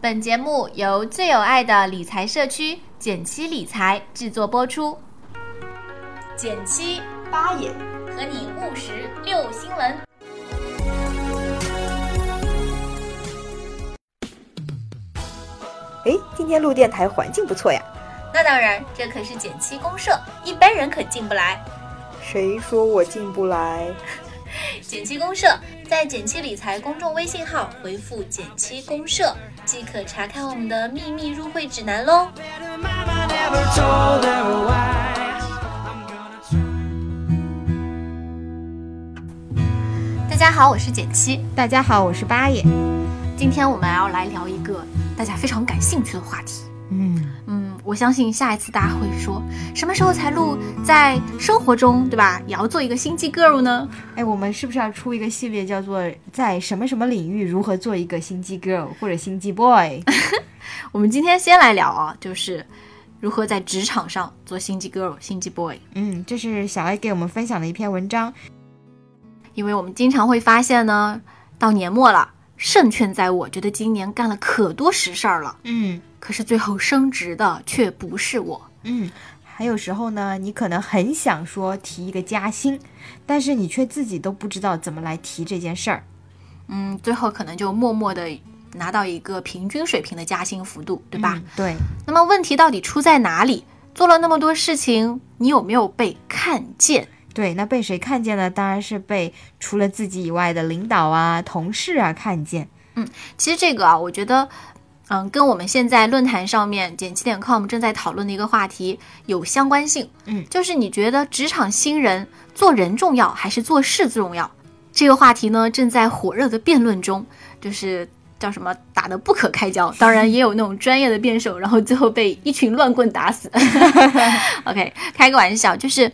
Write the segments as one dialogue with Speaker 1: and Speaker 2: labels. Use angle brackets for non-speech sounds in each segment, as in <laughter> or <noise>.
Speaker 1: 本节目由最有爱的理财社区简七理财制作播出。
Speaker 2: 减七
Speaker 3: 八眼
Speaker 2: 和你务实六新闻。
Speaker 3: 哎，今天录电台环境不错呀，
Speaker 2: 那当然，这可是减七公社，一般人可进不来。
Speaker 3: 谁说我进不来？
Speaker 2: 减七公社在减七理财公众微信号回复“减七公社”，即可查看我们的秘密入会指南喽。
Speaker 1: 大家好，我是简七。
Speaker 4: 大家好，我是八爷。
Speaker 1: 今天我们要来聊一个大家非常感兴趣的话题。
Speaker 4: 嗯，
Speaker 1: 嗯，我相信下一次大家会说，什么时候才录在生活中，对吧？也要做一个心机 girl 呢？
Speaker 4: 哎，我们是不是要出一个系列，叫做在什么什么领域如何做一个心机 girl 或者心
Speaker 3: <laughs>
Speaker 4: 机 boy？
Speaker 1: 我们今天先来聊啊，就是如何在职场上做心机 girl、心机 boy。
Speaker 4: 嗯，这是小 A 给我们分享的一篇文章。
Speaker 1: 因为我们经常会发现呢，到年末了，胜券在握，觉得今年干了可多实事儿了，
Speaker 4: 嗯
Speaker 1: 可是最后升职的却不是我。
Speaker 4: 嗯，还有时候呢，你可能很想说提一个加薪，但是你却自己都不知道怎么来提这件事儿。
Speaker 1: 嗯，最后可能就默默的拿到一个平均水平的加薪幅度，对吧？
Speaker 4: 嗯对，
Speaker 1: 那么问题到底出在哪里？做了那么多事情，你有没有被看见？
Speaker 4: 对，那被谁看见呢？当然是被除了自己以外的领导啊、同事啊看见。
Speaker 1: 其实这个啊，我觉得，嗯，跟我们现在论坛上面减七点 com 正在讨论的一个话题有相关性。
Speaker 4: 嗯，
Speaker 1: 就是你觉得职场新人做人重要还是做事重要？这个话题呢，正在火热的辩论中，就是叫什么打得不可开交。当然，也有那种专业的辩手，然后最后被一群乱棍打死。OK，开个玩笑，就是。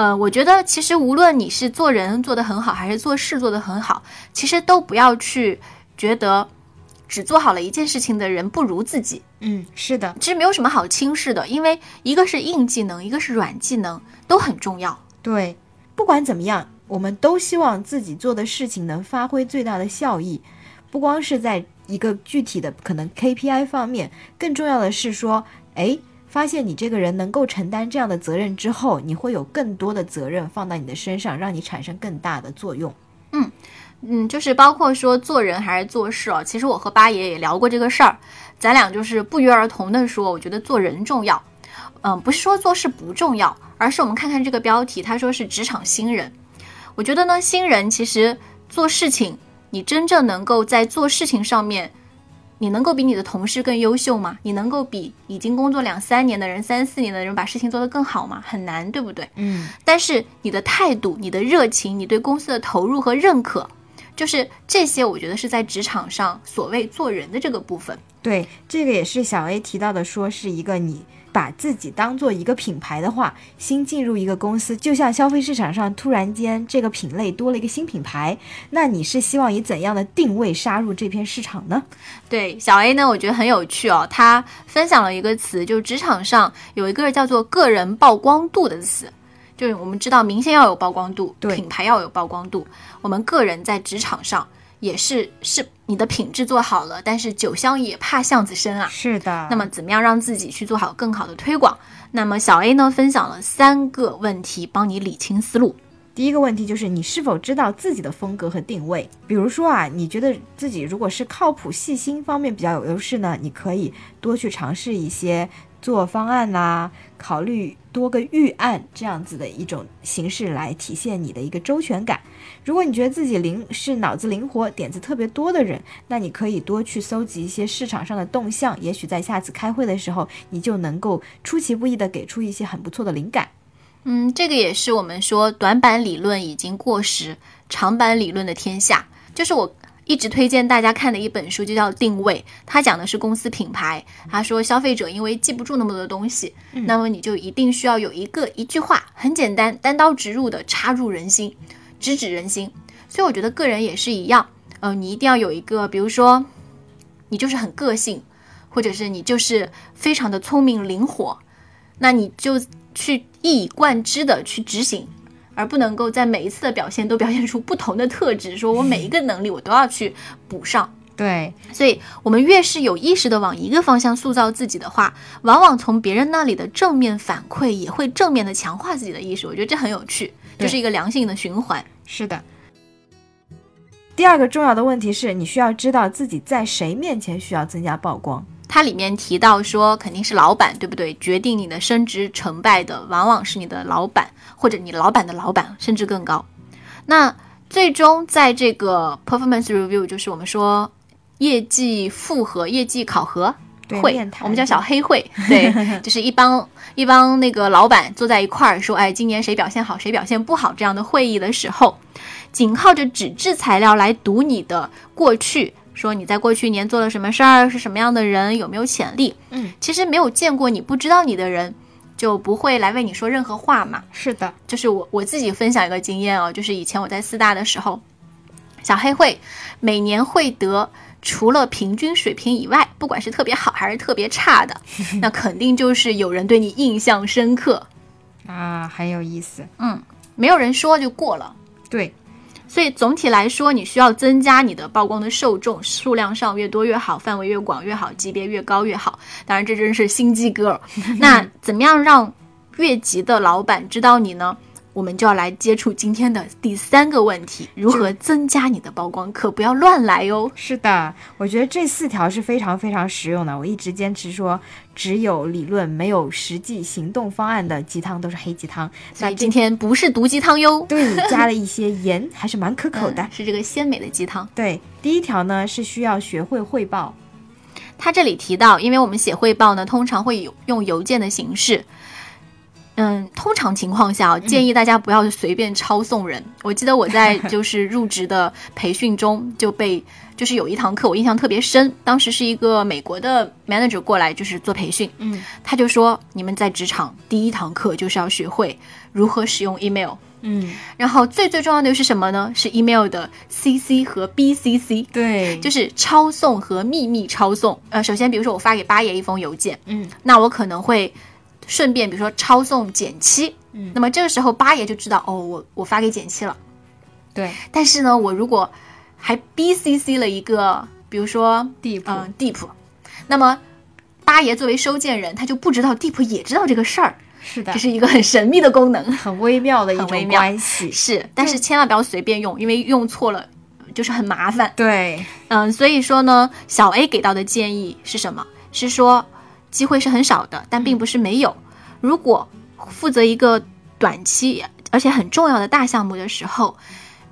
Speaker 1: 呃，我觉得其实无论你是做人做得很好，还是做事做得很好，其实都不要去觉得只做好了一件事情的人不如自己，
Speaker 4: 嗯，是的，
Speaker 1: 其实没有什么好轻视的，因为一个是硬技能，一个是软技能，都很重要。
Speaker 4: 对，不管怎么样，我们都希望自己做的事情能发挥最大的效益，不光是在一个具体的可能 KPI 方面，更重要的是说，哎，发现你这个人能够承担这样的责任之后，你会有更多的责任放到你的身上，让你产生更大的作用。
Speaker 1: 嗯，就是包括说做人还是做事哦。其实我和八爷也聊过这个事儿，咱俩就是不约而同的说，我觉得做人重要。嗯，不是说做事不重要，而是我们看看这个标题，他说是职场新人。我觉得呢，新人其实做事情，你真正能够在做事情上面，你能够比你的同事更优秀吗？你能够比已经工作两三年的人、三四年的人把事情做得更好吗？很难，对不对？
Speaker 4: 嗯，
Speaker 1: 但是你的态度、你的热情、你对公司的投入和认可，就是这些，我觉得是在职场上所谓做人的这个部分。
Speaker 4: 对，这个也是小 A 提到的，说是一个你。把自己当做一个品牌的话，新进入一个公司，就像消费市场上突然间这个品类多了一个新品牌，那你是希望以怎样的定位杀入这片市场呢？
Speaker 1: 对小 A 呢，我觉得很有趣哦，他分享了一个词，就是职场上有一个叫做“个人曝光度”的词。就是我们知道，明星要有曝光度，
Speaker 4: 对
Speaker 1: 品牌要有曝光度。我们个人在职场上也是，是你的品质做好了，但是酒香也怕巷子深啊。
Speaker 4: 是的
Speaker 1: 那么怎么样让自己去做好更好的推广？那么小 A 呢，分享了三个问题，帮你理清思路。
Speaker 4: 第一个问题就是你是否知道自己的风格和定位？比如说啊，你觉得自己如果是靠谱、细心方面比较有优势呢，你可以多去尝试一些做方案啦、考虑多个预案这样子的一种形式来体现你的一个周全感。如果你觉得自己灵是脑子灵活、点子特别多的人，那你可以多去搜集一些市场上的动向，也许在下次开会的时候，你就能够出其不意地给出一些很不错的灵感。
Speaker 1: 嗯，这个也是我们说短板理论已经过时，长板理论的天下。就是我一直推荐大家看的一本书，就叫《定位》，它讲的是公司品牌。他说，消费者因为记不住那么多东西，那么你就一定需要有一个一句话，很简单，单刀直入的插入人心，直指人心。所以我觉得个人也是一样，呃，你一定要有一个，比如说，你就是很个性，或者是你就是非常的聪明灵活，那你就去一以贯之的去执行，而不能够在每一次的表现都表现出不同的特质，说我每一个能力我都要去补上。
Speaker 4: 对，
Speaker 1: 所以，我们越是有意识的往一个方向塑造自己的话，往往从别人那里的正面反馈也会正面的强化自己的意识。我觉得这很有趣，
Speaker 4: 对
Speaker 1: 就是一个良性的循环。
Speaker 4: 是的。第二个重要的问题是你需要知道自己在谁面前需要增加曝光。
Speaker 1: 它里面提到说，肯定是老板，对不对？决定你的升职成败的，往往是你的老板，或者你老板的老板，甚至更高。那最终在这个 performance review，就是我们说业绩复核、业绩考核
Speaker 4: 对
Speaker 1: 会
Speaker 4: 面，谈
Speaker 1: 我们叫小黑会，
Speaker 4: <laughs>
Speaker 1: 对，就是一帮一帮那个老板坐在一块儿说，哎，今年谁表现好，谁表现不好这样的会议的时候，仅靠着纸质材料来读你的过去，说你在过去一年做了什么事儿，是什么样的人，有没有潜力，
Speaker 4: 嗯，
Speaker 1: 其实没有见过你不知道你的人，就不会来为你说任何话嘛。
Speaker 4: 是的，
Speaker 1: 就是我我自己分享一个经验哦，就是以前我在四大的时候，小黑会每年会得除了平均水平以外，不管是特别好还是特别差的，那肯定就是有人对你印象深刻，
Speaker 4: 啊，很有意思。
Speaker 1: 没有人说就过了。
Speaker 4: 对，
Speaker 1: 所以总体来说，你需要增加你的曝光的受众，数量上越多越好，范围越广越好，级别越高越好。当然，这真是心机
Speaker 4: <laughs>
Speaker 1: girl。那怎么样让越级的老板知道你呢？我们就要来接触今天的第三个问题：如何增加你的曝光？可不要乱来哦哟。
Speaker 4: 是的，我觉得这四条是非常非常实用的。我一直坚持说，只有理论没有实际行动方案的鸡汤都是黑鸡汤。
Speaker 1: 所以 <laughs> 今天不是毒鸡汤哟，
Speaker 4: 对你加了一些盐，还是蛮可口的。
Speaker 1: 嗯是这个鲜美的鸡汤。
Speaker 4: 对，第一条呢是需要学会汇报。
Speaker 1: 他这里提到，因为我们写汇报呢，通常会有用邮件的形式。嗯，通常情况下啊，建议大家不要随便抄送人。我记得我在就是入职的培训中就被，就是有一堂课我印象特别深，当时是一个美国的 manager 过来就是做培训，
Speaker 4: 嗯
Speaker 1: 他就说你们在职场第一堂课就是要学会如何使用 email，
Speaker 4: 嗯，
Speaker 1: 然后最最重要的又是什么呢？是 email 的 CC 和 BCC。
Speaker 4: 对，
Speaker 1: 就是是抄送和秘密抄送。呃，首先，比如说我发给八爷一封邮件，
Speaker 4: 嗯，
Speaker 1: 那我可能会顺便，比如说抄送简七，嗯，那么这个时候八爷就知道，哦，我我发给简七了。
Speaker 4: 对
Speaker 1: 但是呢，我如果还 BCC 了一个，比如说
Speaker 4: 地铺
Speaker 1: 嗯、Deep，那么八爷作为收件人，他就不知道 Deep 也知道这个事儿，
Speaker 4: 是的
Speaker 1: 这，是一个很神秘的功能。
Speaker 4: 很微妙的一
Speaker 1: 很微
Speaker 4: 种
Speaker 1: 妙
Speaker 4: 关
Speaker 1: <laughs>
Speaker 4: 系。
Speaker 1: 是，但是千万不要随便用，因为用错了呃就是很麻烦。
Speaker 4: 对，
Speaker 1: 嗯，所以说呢，小 A 给到的建议是什么？是说机会是很少的，但并不是没有。如果负责一个短期而且很重要的大项目的时候，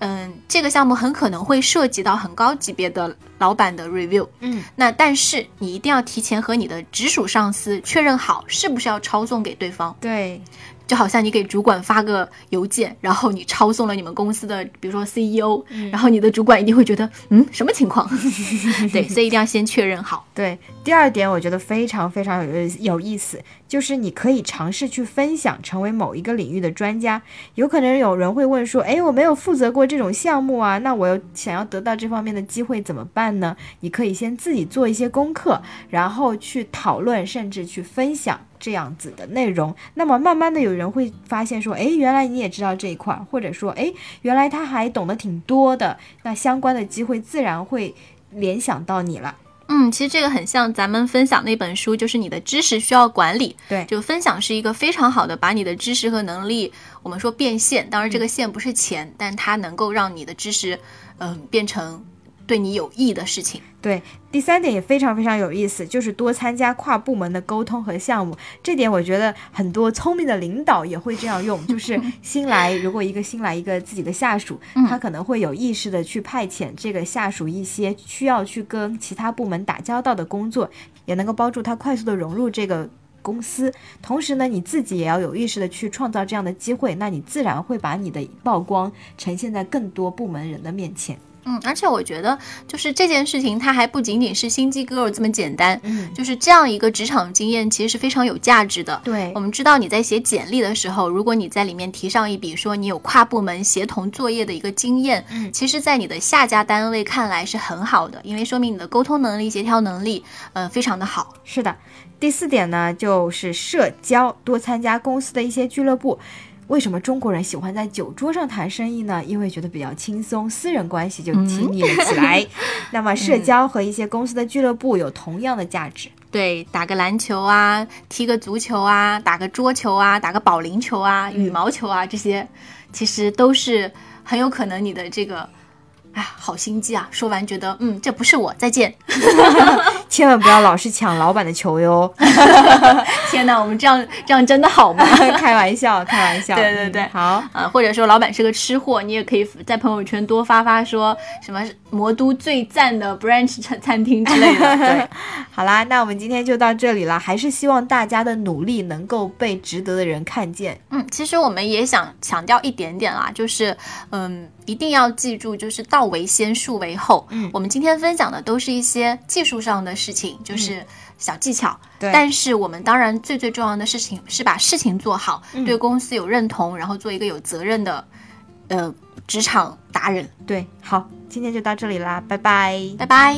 Speaker 1: 嗯，这个项目很可能会涉及到很高级别的老板的 review。
Speaker 4: 嗯，
Speaker 1: 那但是你一定要提前和你的直属上司确认好是不是要抄送给对方。
Speaker 4: 对，
Speaker 1: 就好像你给主管发个邮件，然后你抄送了你们公司的，比如说 CEO，、然
Speaker 4: 嗯
Speaker 1: 后你的主管一定会觉得，嗯，什么情况？ <laughs> 对，所以一定要先确认好。
Speaker 4: 对，第二点我觉得非常非常有意有意思，就是你可以尝试去分享，成为某一个领域的专家。有可能有人会问说，哎诶，我没有负责过这种项目啊，那我又想要得到这方面的机会怎么办呢？你可以先自己做一些功课，然后去讨论，甚至去分享这样子的内容。那么慢慢的有人会发现说，诶，原来你也知道这一块儿，或者说，诶，原来他还懂得挺多的，那相关的机会自然会联想到你了。
Speaker 1: 嗯，其实这个很像咱们分享那本书，就是你的知识需要管理。
Speaker 4: 对
Speaker 1: 就分享是一个非常好的把你的知识和能力，我们说变现，当然
Speaker 4: 嗯
Speaker 1: 这个现不是钱，但它能够让你的知识，嗯、变成对你有益的事情。
Speaker 4: 对，第三点也非常非常有意思，就是多参加跨部门的沟通和项目。这点我觉得很多聪明的领导也会这样用，
Speaker 1: <laughs>
Speaker 4: 就是新来，如果一个新来一个自己的下属，
Speaker 1: 嗯
Speaker 4: 他可能会有意识的去派遣这个下属一些需要去跟其他部门打交道的工作，也能够帮助他快速的融入这个。公司，同时呢，你自己也要有意识的去创造这样的机会，那你自然会把你的曝光呈现在更多部门人的面前。
Speaker 1: 嗯，而且我觉得，就是这件事情，它还不仅仅是心机 girl 这么简单，
Speaker 4: 嗯，
Speaker 1: 就是这样一个职场经验，其实是非常有价值的。
Speaker 4: 对
Speaker 1: 我，们知道你在写简历的时候，如果你在里面提上一笔说你有跨部门协同作业的一个经验，
Speaker 4: 嗯
Speaker 1: 其实，在你的下家单位看来是很好的，因为说明你的沟通能力、协调能力，呃，非常的好。
Speaker 4: 是的，第四点呢，就是社交，多参加公司的一些俱乐部。为什么中国人喜欢在酒桌上谈生意呢？因为觉得比较轻松，私人关系就亲密了起来。
Speaker 1: 嗯
Speaker 4: <laughs> 那么社交和一些公司的俱乐部有同样的价值。 <laughs>
Speaker 1: 对，打个篮球啊，踢个足球啊，打个桌球啊，打个保龄球啊，
Speaker 4: 嗯
Speaker 1: 羽毛球啊，这些其实都是很有可能你的这个，哎呀，好心机啊！说完觉得，嗯，这不是我，再见。
Speaker 4: 千万不要老是抢老板的球哟！ <laughs>
Speaker 1: 天哪，我们这样这样真的好吗？ <laughs>
Speaker 4: 开玩笑，开玩笑。
Speaker 1: 对对对
Speaker 4: 嗯好。
Speaker 1: 啊，或者说老板是个吃货，你也可以在朋友圈多发发说什么魔都最赞的 brunch 餐餐厅之类的。 <laughs> 对，
Speaker 4: <laughs> 好啦，那我们今天就到这里了，还是希望大家的努力能够被值得的人看见。
Speaker 1: 嗯，其实我们也想强调一点点啦，就是嗯，一定要记住，就是道为先，术为后。
Speaker 4: 嗯
Speaker 1: 我们今天分享的都是一些技术上的事情，就是小技巧。
Speaker 4: 对
Speaker 1: 但是我们当然最最重要的事情是把事情做好，
Speaker 4: 嗯
Speaker 1: 对公司有认同，然后做一个有责任的，呃，职场达人。
Speaker 4: 对，好，今天就到这里啦，拜拜。
Speaker 1: 拜拜。